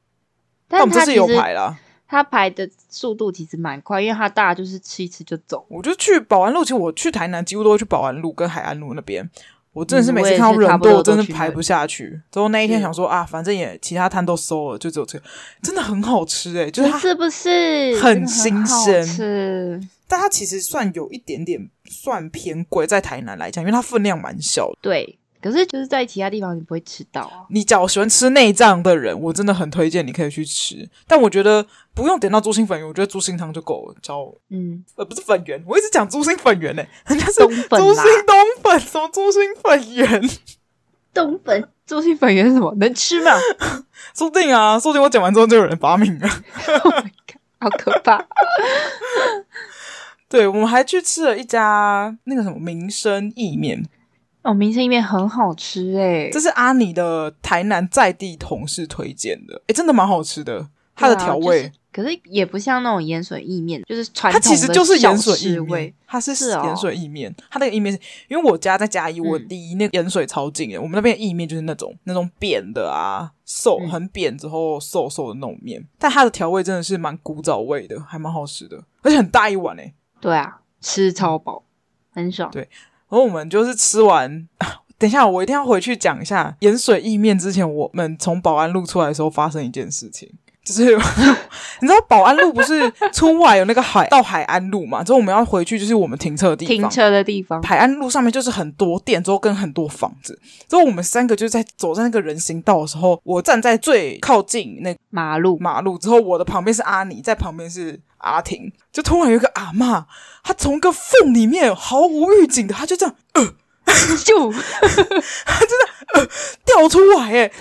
但我
但
们这
它
次
其
有
实
排啦。
它排的速度其实蛮快，因为它大家就是吃一吃就走。
我就去保安路，其实我去台南几乎都会去保安路跟海岸路那边。我真的是
嗯
每
我
次
也
看到
是
人
差不
多，
多
我真
都
的
去那
排
里
不下去。之后那一天
是
想说啊，反正也其他摊都收了，就只有这个，真的很好吃诶、就是它，
是不是
很
真的
新
好
鲜
吃
但它其实算有一点点算偏贵，在台南来讲，因为它分量蛮小的。
对，可是就是在其他地方你不会吃到啊。
你假如喜欢吃内脏的人，我真的很推荐你可以去吃。但我觉得不用点到猪心粉圆，我觉得猪心汤就够了。叫
嗯，
呃不是粉圆，我一直讲猪心粉圆呢、欸人家是
冬粉
猪
啦
心冬粉，什么猪心粉圆？
冬粉猪心粉圆是什么能吃 吗？
说不定啊，说不定我讲完之后就有人发明了。
好可怕！
对，我们还去吃了一家那个什么民生意面，
哦，明生意面很好吃哎、
这是阿尼的台南在地同事推荐的，诶，真的蛮好吃的。它的
对啊
调味，
就是可是也不像那种盐水意面，就是传
它
统的
其实就是盐水
小
意
吃
面
味。，
它是
是哦
盐水意面，它那个意面是因为我家在嘉义，我
嗯
离那个盐水超近的，我们那边的意面就是那种那种扁的啊，瘦
嗯
很扁之后瘦瘦的那种面，但它的调味真的是蛮古早味的，还蛮好吃的，而且很大一碗诶。
对啊，吃超饱，很爽
对。然后我们就是吃完， 等一下我一定要回去讲一下盐水意面。之前我们从保安路出来的时候发生一件事情，就是 你知道保安路不是出来有那个海到海岸路嘛？之后我们要回去就是我们停车的地
停
方。
车的地方，
海岸路上面就是很多店，之后跟很多房子。之后我们三个就在走在那个人行道的时候，我站在最靠近那
马路
马路之后，我的旁边是阿尼，在旁边是阿婷，就突然有一个阿嬷，她从个缝里面毫无预警的，她就这样
就
掉出来、欸，哎，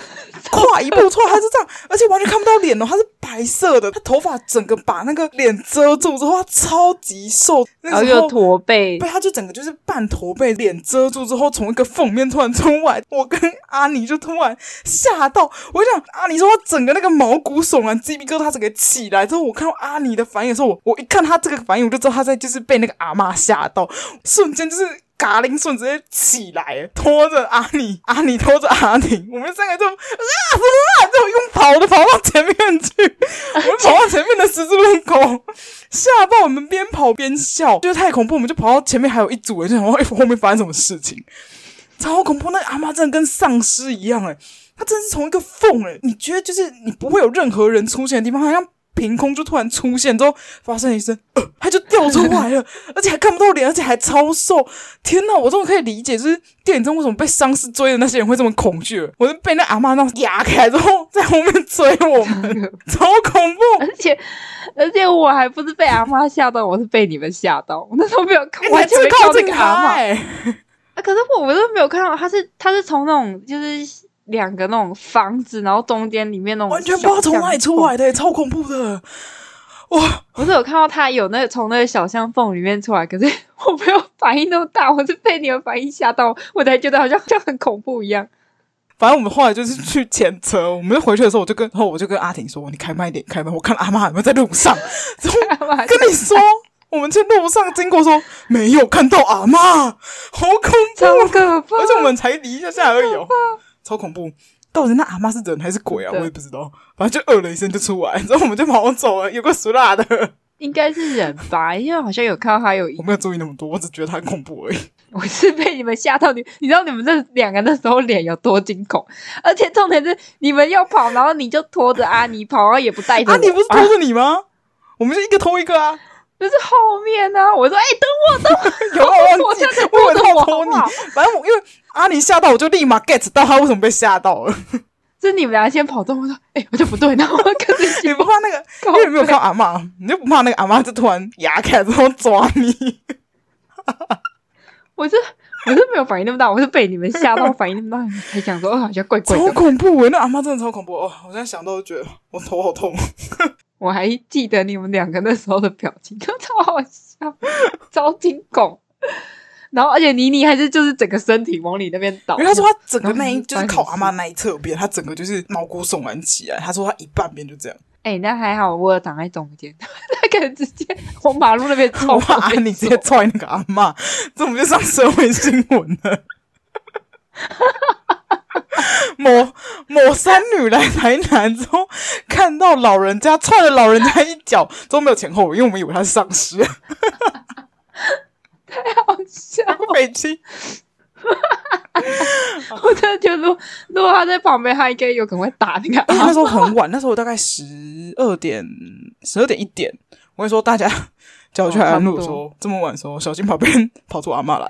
跨一步出来，她就这样，而且完全看不到脸哦，她是白色的，她头发整个把那个脸遮住之后，她超级瘦，那
然后
个时
就
候
驼背
被，他就整个就是半头被脸遮住之后，从一个缝里面突然冲来，我跟阿尼就突然吓到。我想阿尼说他整个那个毛骨悚然，鸡皮疙瘩整个起来之后，我看到阿尼的反应的时候，我我一看他这个反应，我就知道他在就是被那个阿嬷吓到，瞬间就是。嘎铃顺直接起来，拖着阿尼，阿尼拖着阿尼，我们三个就啊什么啊，就用跑的跑到前面去，我们跑到前面的十字路口，吓到我们边跑边笑，就是太恐怖，我们就跑到前面还有一组人，就想说哎后面发生什么事情，超恐怖！那个阿妈真的跟丧尸一样哎、她真的是从一个缝哎、你觉得就是你不会有任何人出现的地方，好像凭空就突然出现，之后发生一声，呃，她就掉出来了， 而且还看不到脸，而且还超瘦。天哪，我终于可以理解，就是电影中为什么被丧尸追的那些人会这么恐惧了。我是被那阿妈那种压开之后，在后面追我们，超恐怖。
而且而且我还不是被阿妈吓到，我是被你们吓到。我那时候没有
哎
看，完全没看到
这
那个阿
阿
妈。
欸
啊，可是我我都没有看到，他是他是从那种就是两个那种房子，然后中间里面那种
完全不知道从哪里出
小巷缝。
来的、欸超恐怖的。
我是有看到他有那个从那个小巷缝里面出来，可是 我没有反应那么大，我是被你的反应吓到，我才觉得好像像很恐怖一样。
反正我们后来就是去前车，我们回去的时候，我就跟然后我就跟阿婷说：“你开慢一点，开慢，我看阿妈有没有在路上。”
啊
跟你说，我们去路上经过说没有看到阿妈，好恐怖
超可怕！
而且我们才离一下下而已哦，超恐怖。到底那阿妈是人还是鬼啊？
真
我
的
也不知道。反正就呃了一声就出来，然后我们就跑走了，有个俗辣的。
应该是人吧，因为好像有看到他有一
我没有注意那么多，我只觉得它很恐怖而已。
我是被你们吓到你，你知道你们这两个那时候脸有多惊恐，而且重点是你们要跑，然后你就拖着阿尼跑，然后也不带着
啊，
我
你不是拖着你吗？我们就一个拖一个啊。
就是后面呢、我说哎、等我，等我，
有啊，
我
忘记
现在，
我
拖
有
着
在
我
拖你
好不好。
反正我因为阿尼吓到，我就立马 get 到他为什么被吓到了。
是你们俩先跑动，我说哎、我就不对，然后我跟着一
你
起
不
跑。
怕那个？因 为你没有看到阿妈，你就不怕那个阿妈就突然牙开之后抓你？
我是我是没有反应那么大，我是被你们吓到，反应那么大才想说哦，好像怪怪
超
的。
恐怖诶、那阿妈真的超恐怖哦！我现在想到就觉得我头好痛。
我还记得你们两个那时候的表情， 都超好笑，超惊恐。然后，而且妮妮还是就是整个身体往你那边倒，
因为他说他整个那一
然后
就是靠阿妈那一侧边，他整个就是毛骨悚然起来。他说他一半边就这样。
哎、那还好，我有挡在中间，他可能直接往马路那边
我
冲。
怕阿尼直接踹那个阿妈，这我们就上社会新闻了。某 某三女来台南之后，看到老人家踹了老人家一脚，都没有前后文，因为我们以为他是丧 尸，
好笑，
北京
我真的觉得如果，如果他在旁边，他应该有可能会打那个
而且
阿
那时候很晚，那时候大概十二点、十二点一点。我跟你说，大家叫我去海岸路
哦差不
说，这么晚的时候，小心旁边跑出阿嬷来，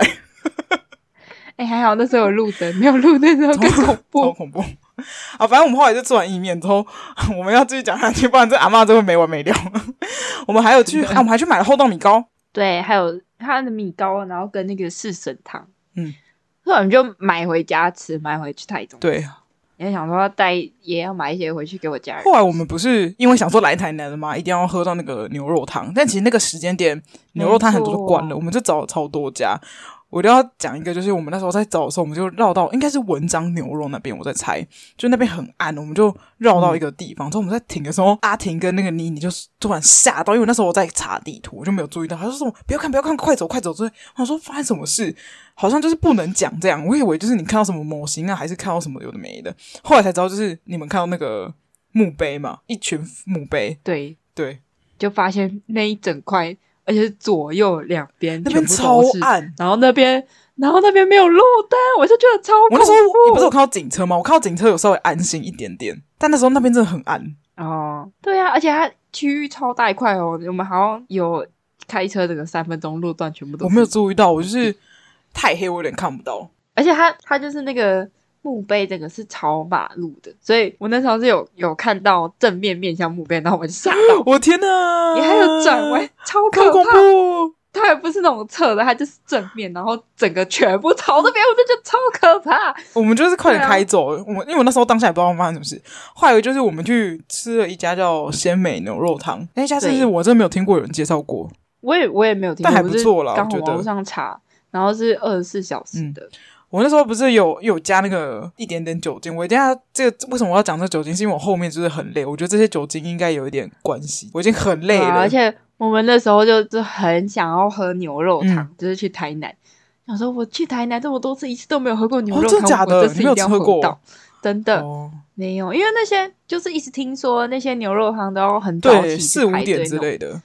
哎、还好那时候有路灯，没有路灯的时候 更恐
超
怖。
恐怖 啊！反正我们后来就吃完意面之后， 我们要继续讲下去，不然这阿嬷真会没完没了。 我们还有去，啊、我们还去买了厚豆米糕，
对，还有他的米糕，然后跟那个四神汤，
嗯，
所以我们就买回家吃，买回去台中。，
对。
因为想说要带也要买一些回去给我家人。
后来我们不是因为想说来台南了嘛，一定要喝到那个牛肉汤，但其实那个时间点牛肉汤很多都关
没
了，
错
我们就找了超多家。我一定要讲一个，就是我们那时候在找的时候，我们就绕到应该是文章牛肉那边，我在猜，就那边很暗，我们就绕到一个地方。之后我们在停的时候，阿婷跟那个妮妮就突然吓到，因为那时候我在查地图，我就没有注意到，她就说不要看，不要看，快走，快走。之类，我想说发生什么事，好像就是不能讲这样。我以为就是你看到什么模型啊，还是看到什么有的没的，后来才知道就是你们看到那个墓碑嘛，一群墓碑，
对，
对，
就发现那一整块，而且是左右两边
那边
全部
超
都是
暗，
然后那边，然后那边没有路灯，我就觉得超
我
恐
那时候
怖。哦
你不是有看到警车吗？我看到警车有稍微安心一点点，但那时候那边真的很暗。
哦，对啊，而且它区域超大一块哦，我们好像有开车整个三分钟路段全部都
我
是
没有注意到，我就是太黑，我有点看不到。
而且它它就是那个墓碑这个是朝马路的，所以我那时候是有有看到正面面向墓碑，然后我就吓到，
我天哪！
你还有转弯，，超
啊好
可
恐
怕。
怖！哦
它也不是那种侧的，它就是正面，然后整个全部朝那边，我就觉得超可怕。
我们就是快点
对啊
开走，我们因为我那时候当下也不知道发生什么事。后来就是我们去吃了一家叫鲜美牛肉汤，那家真是
对
我真的没有听过有人介绍过，
我也我也没有听过，
但还不
我是
错啦
刚
我觉
好
得嗯
网络上查，然后是二十四小时的，
我那时候不是有有加那个一点点酒精，我一定要这个为什么我要讲这酒精？是因为我后面就是很累，我觉得这些酒精应该有一点关系，我已经很累
对啊
了。
而且我们那时候就就很想要喝牛肉汤，
嗯
就是去台南，想说我去台南这么多次，一次都没有喝过牛肉
哦
汤，
真的假的
我这次一定要
你没有吃过
喝到，真的、
哦，
没有，因为那些就是一直听说那些牛肉汤都要很早
对，
起
四
去
五
排队
点
那
之
种，
类的，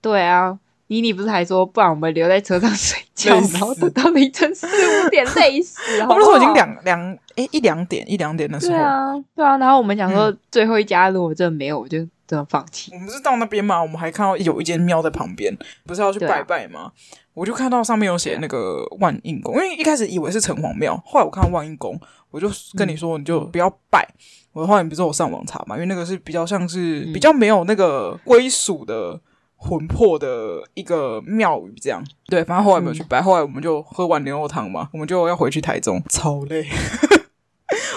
对啊。妮妮不是还说，不然我们留在车上睡 觉，
累死
然后等到凌晨四五点累死。
我哦
好不
们那时
好
候已经两两诶一两点一两点的时
对
候，
啊，对啊。然后我们想说，最后一家如果真的没有，我就真的放弃。
我们不是到那边嘛，我们还看到有一间庙在旁边，不是要去
对啊
拜
啊
拜吗？我就看到上面有写那个万应宫，因为一开始以为是城隍庙，后来我看到万应宫，我就跟
嗯
你说你就不要拜。我后来你不是有上网查嘛，因为那个是比较像是
嗯
比较没有那个归属的魂魄的一个庙宇这样。对，反正后来没有去
嗯
拜，后来我们就喝完牛肉汤嘛，我们就要回去台中，超累，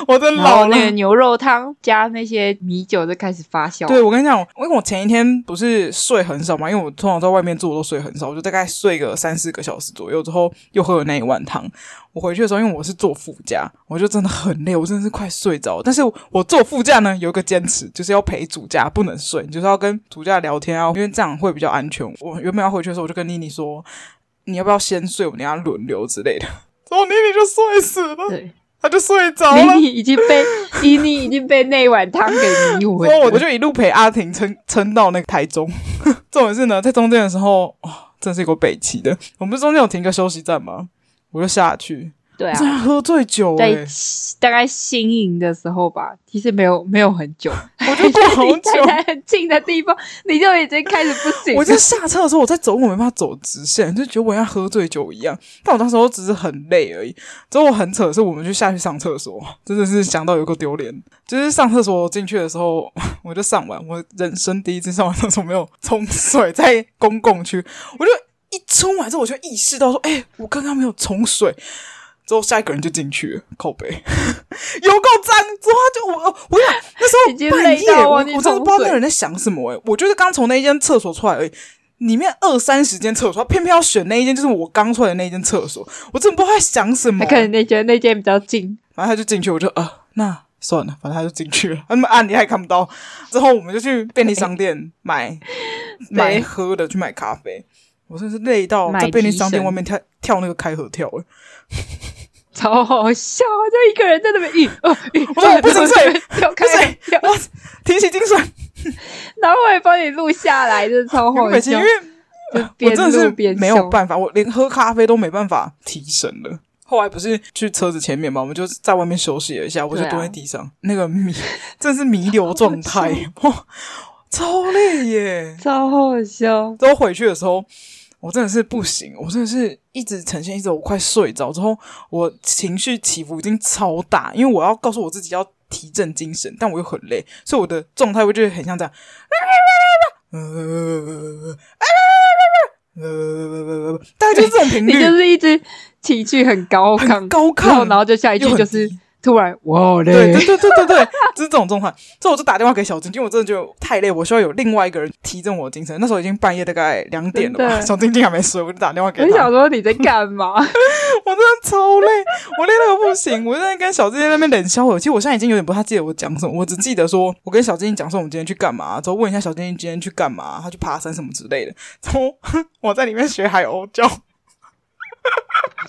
我的
然后
老了
那个牛肉汤加那些米酒就开始发酵。
对，我跟你讲，因为我前一天不是睡很少嘛，因为我通常在外面住，我都睡很少，我就大概睡个三四个小时左右，之后又喝了那一碗汤。我回去的时候，因为我是坐副驾，我就真的很累，我真的是快睡着。但是我坐副驾呢，有一个坚持，就是要陪主驾，不能睡，你就是要跟主驾聊天啊，因为这样会比较安全。我原本要回去的时候，我就跟妮妮说，你要不要先睡，我们等一下轮流之类的。 然后妮妮就睡死了，
对，
她就睡着了
妮。妮已经被 妮妮已经被那碗汤给迷
所
昏
以
了。
哦我就一路陪阿婷撑撑到那个台中。 重点是呢，在中间的时候，哇、真是一个北齐的。我们不是中间有停个休息站吗？我就下去，
对
真
啊，
的喝醉酒哎、
在大概新营的时候吧，其实没有没有很久，
我就过好
离 台
久。
南很近的地方，你就已经开始不行了。
我就下车的时候，我在走路，我没办法走直线，就觉得我像喝醉酒一样。但我当时候只是很累而已。之后我很扯的是，我们就下去上厕所，真的是想到有够丢脸。就是上厕所进去的时候，我就上完，我人生第一次上完厕所没有冲水，在公共区，我就一冲完之后，我就意识到说，哎、我刚刚没有冲水。之后下一个人就进去了，靠背有够脏。之后他就我我跟你讲，那时
已经
候半
累
夜，
到
我我
忘记
真的不知道那
冲水
个人在想什么、哎，我就是刚从那一间厕所出来而已。里面二三十间厕所，他偏偏要选那一间，就是我刚出来的那一间厕所。我真的不知道他在想什么、
他可能那觉得那间比较近，
反正他就进去，我就呃， 那算了，反正他就进去了， 他那么暗你还看不到。之后我们就去便利商店 买买喝的，去买咖啡。我真是累到
买
在便利
提
商店
神
外面跳跳那个开合跳、欸，
超好笑，就一个人在那边哦一二一，
我说我不行
在那边跳开
不行
跳，
哇，提起精神，
然后我也帮你录下来，真的超好
美琪，
笑
因。为
就
我
边
真的
录
是
边
没
笑
有办法，我连喝咖啡都没办法提神了。后来不是去车子前面嘛，我们就在外面休息了一下，我就
对啊
蹲在地上，那个 弥真是弥留状态，哇，超累耶！
超好笑。
之后回去的时候，我真的是不行，我真的是一直呈现一种我快睡着之后，我情绪起伏已经超大，因为我要告诉我自己要提振精神，但我又很累，所以我的状态会就是很像这样，呃，呃，大概就是这种频
你就
率，
是一直情绪很高亢，
高
然后
亢，
然后就下一句
又很
就是
低
突然哇好
对
累，
对对对对对，就是这种状态。所以我就打电话给小金，因为我真的觉得太累，我需要有另外一个人提振我的精神。那时候已经半夜大概两点了
真
吧，
的
小金金还没睡，我就打电话给
我
他。
就想说你在干嘛？
我真的超累，我累到不行。我现在跟小金在那边冷笑我，其实我现在已经有点不太记得我讲什么，我只记得说我跟小金讲说我们今天去干嘛，之后问一下小金今天去干嘛，他去爬山什么之类的。然后 我在里面学海鸥叫，可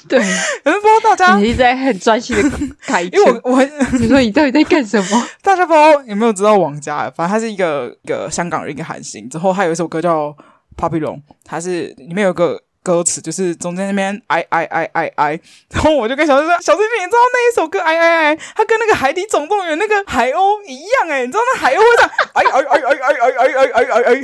对，
是不知道大家，
你一直在很专心的开
啊因为我
车。
我很
你说你到底在干什么？
大家不知道有没有知道王嘉尔，反正他是一个一个香港人，一个韩星。之后他有一首歌叫《Papillon》，他是里面有个歌词，就是中间那边哎哎哎哎哎，然后我就跟小珍说：“小珍姐，你知道那一首歌哎哎哎，它跟那个《海底总动员》那个海鸥一样哎、你知道那海鸥会这样哎哎哎 哎哎哎哎哎哎哎哎，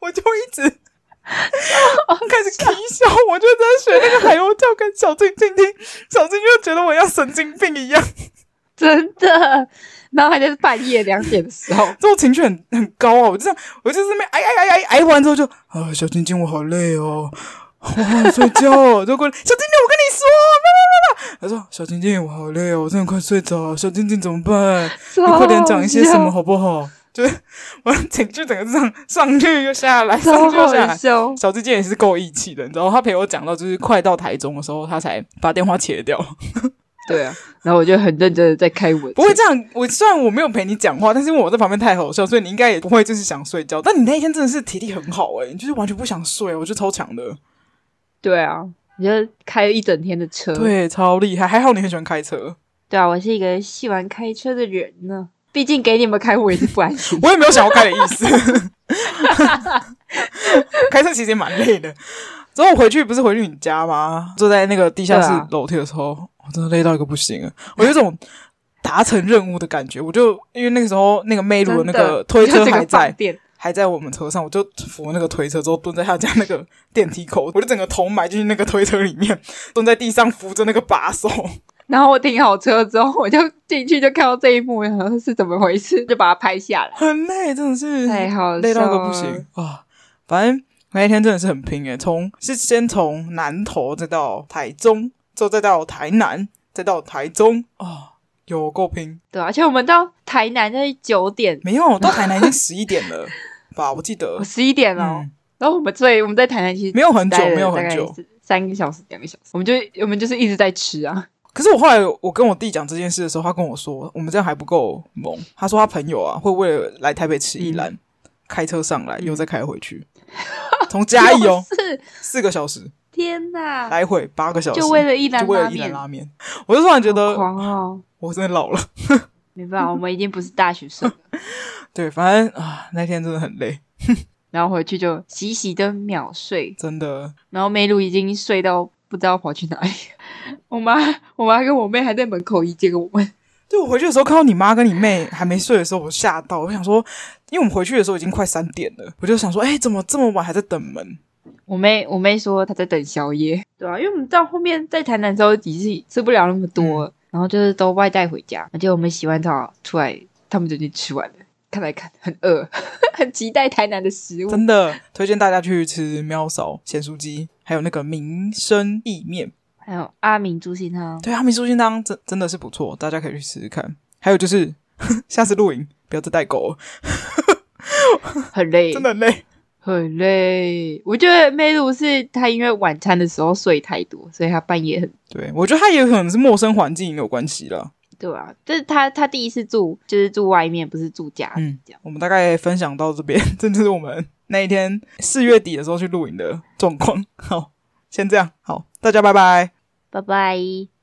我就一直 开始啼笑。”后我就在学那个海鸥叫跟小静静听，小静就觉得我要神经病一样，
真的。然后还就是半夜两点的时候，
这种情绪很很高啊！我就这样，我就这边哎哎哎哎哎完之后就啊，小静静我好累哦， 我好想睡觉 哦。就过来，小静静我跟你说，妈妈妈妈，他说小静静我好累哦，我真的快睡着了，小静静怎么 办？ 你快点讲一些什么好不好？就是 我的情绪整个上上去又下 来，上
超
去又
好
下来。
笑，
小志健也是够义气的，你知道，他陪我讲到就是快到台中的时候，他才把电话切掉。
对啊。然后我就很认真的在开文，
不会这样，我虽然我没有陪你讲话，但是因为我在旁边太好笑，所以你应该也不会就是想睡觉。 但你那一天真的是体力很好欸诶、你就是完全不想睡，我觉得超强的，
对啊，你就开一整天的车，
对，超厉害。还好你很喜欢开车，
对啊，我是一个喜欢开车的人呢。毕竟给你们开，我也是不安心。
我也没有想要开的意思。 开车其实也蛮累的。之后我回去不是回去你家吗？坐在那个地下室
对啊
楼梯的时候，我真的累到一个不行了，我有一种达成任务的感觉。我就因为那个时候那个魅
真
如
的
的那个推
就
车
整个
还在
放，电
还在我们车上，我就扶那个推车之后蹲在他家那个电梯口，我就整个头埋进去那个推车里面，蹲在地上扶着那个把手。
然后我停好车之后，我就进去就看到这一幕，然后是怎么回事，就把它拍下来。
很累，真的是
太好笑了
嗯累到都不行啊！反正那一天真的是很拼诶，从是先从南投再到台中，之后再到台南，再到台中啊，有够拼。
对啊、而且我们到台南那九点，
没有到台南已经十一点了吧？我记得
我十一点了哦、
嗯
然后我们所以我们在台南其实
没有很久
待，了
没有很
大概
久。
是三个小时两个小时，我们就我们就是一直在吃啊。
可是我后来我跟我弟讲这件事的时候，他跟我说，我们这样还不够猛。
嗯
他说他朋友啊，会为了来台北吃一兰，开车上来，又再开回去，
嗯
从嘉义哦，
就是
四个小时
天哪，
来回八个小时，
就为了一兰
就为
拉
了一兰
面，
拉面，我就突然觉
好
得
狂哦！
我真的老了。
没办法，我们已经不是大学生了。
对，反正啊，那天真的很累，
然后回去就洗洗的秒睡，
真的。
然后梅鲁已经睡到不知道跑去哪里。我妈、我妈跟我妹还在门口迎接我们。
对我回去的时候看到你妈跟你妹还没睡的时候，我吓到，我想说，因为我们回去的时候已经快三点了，我就想说，哎、怎么这么晚还在等门？
我妹、我妹说她在等宵夜，对啊，因为我们到后面在台南之后，已经吃不了那么多，然后就是都外带回家。而且我们洗完澡出来，他们就已经吃完了。看来看很饿， 很期待台南的食物。
真的推荐大家去吃喵嫂咸酥鸡，还有那个民生意面。
还有阿明猪心汤，
对啊，民生鸡汤真真的是不错，大家可以去试试看。还有就是， 下次露营不要再带狗了，
很累，
真的很累。
很累。我觉得梅鲁是她因为晚餐的时候睡太多，所以她半夜很
对，我觉得它也有可能是陌生环境有关系啦。
对啊，就是他他第一次住就是住外面，不是住家里
嗯
这样。
我们大概分享到这边， 这就是我们那一天四月底的时候去露营的状况。好，先这样，好，大家拜拜。
拜拜。